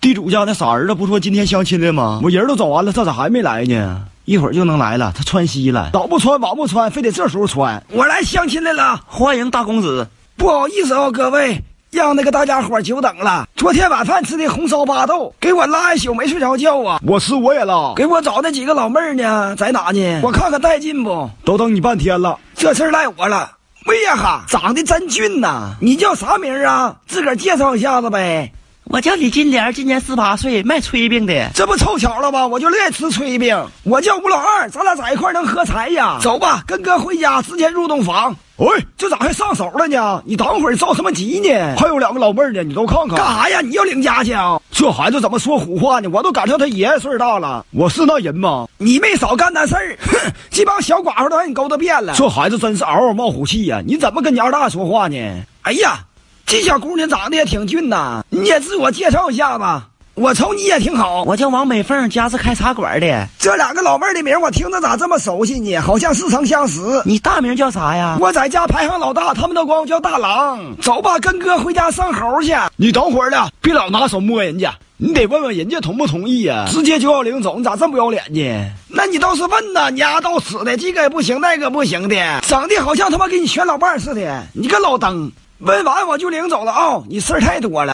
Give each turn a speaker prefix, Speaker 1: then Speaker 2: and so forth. Speaker 1: 地主家那傻儿子不说今天相亲来吗？我人都找完了，他咋还没来呢？一会儿就能来了，他穿西了，早不穿晚不穿，非得这时候穿。我来相亲来了，欢迎大公子。不好意思啊、各位，让那个大家伙久等了。昨天晚饭吃的红烧巴豆，给我拉一宿没睡着觉啊。我吃我也拉，给我找那几个老妹儿呢，在哪呢？我看看带劲不？都等你半天了，这事儿赖我了。喂呀哈，长得真俊呐、你叫啥名儿啊？自个儿介绍一下子呗。
Speaker 2: 我叫李金莲，今年十八岁，卖炊饼的。
Speaker 1: 这不凑巧了吧？我就爱吃炊饼。我叫吴老二，咱俩在一块儿能合财呀。走吧，跟哥回家，直接入洞房。喂，这咋还上手了呢？你等会儿着什么急呢？还有两个老妹儿呢，你都看看。干啥呀？你要领家去啊？这孩子怎么说胡话呢？我都赶上他爷爷岁数大了。我是那人吗？你没少干那事儿。哼，这帮小寡妇都让你勾搭遍了。这孩子真是嗷嗷冒虎气呀、你怎么跟你二大说话呢？哎呀，这小姑娘长得也挺俊呐，你也自我介绍一下吧。我瞅你也挺好，
Speaker 2: 我叫王美凤，家是开茶馆的。
Speaker 1: 这两个老妹儿的名儿我听着咋这么熟悉呢？好像似曾相识。
Speaker 2: 你大名叫啥呀？
Speaker 1: 我在家排行老大，他们都管我叫大郎。走吧，跟哥回家生猴去。你等会儿了，别老拿手摸人家，你得问问人家同不同意啊呀、直接九幺零走，你咋这么不要脸呢？那你倒是问呐，你丫到死的，这个也不行，那个也不行的，整的好像他妈给你选老伴儿似的。你个老登，问完我就领走了啊、你事儿太多了。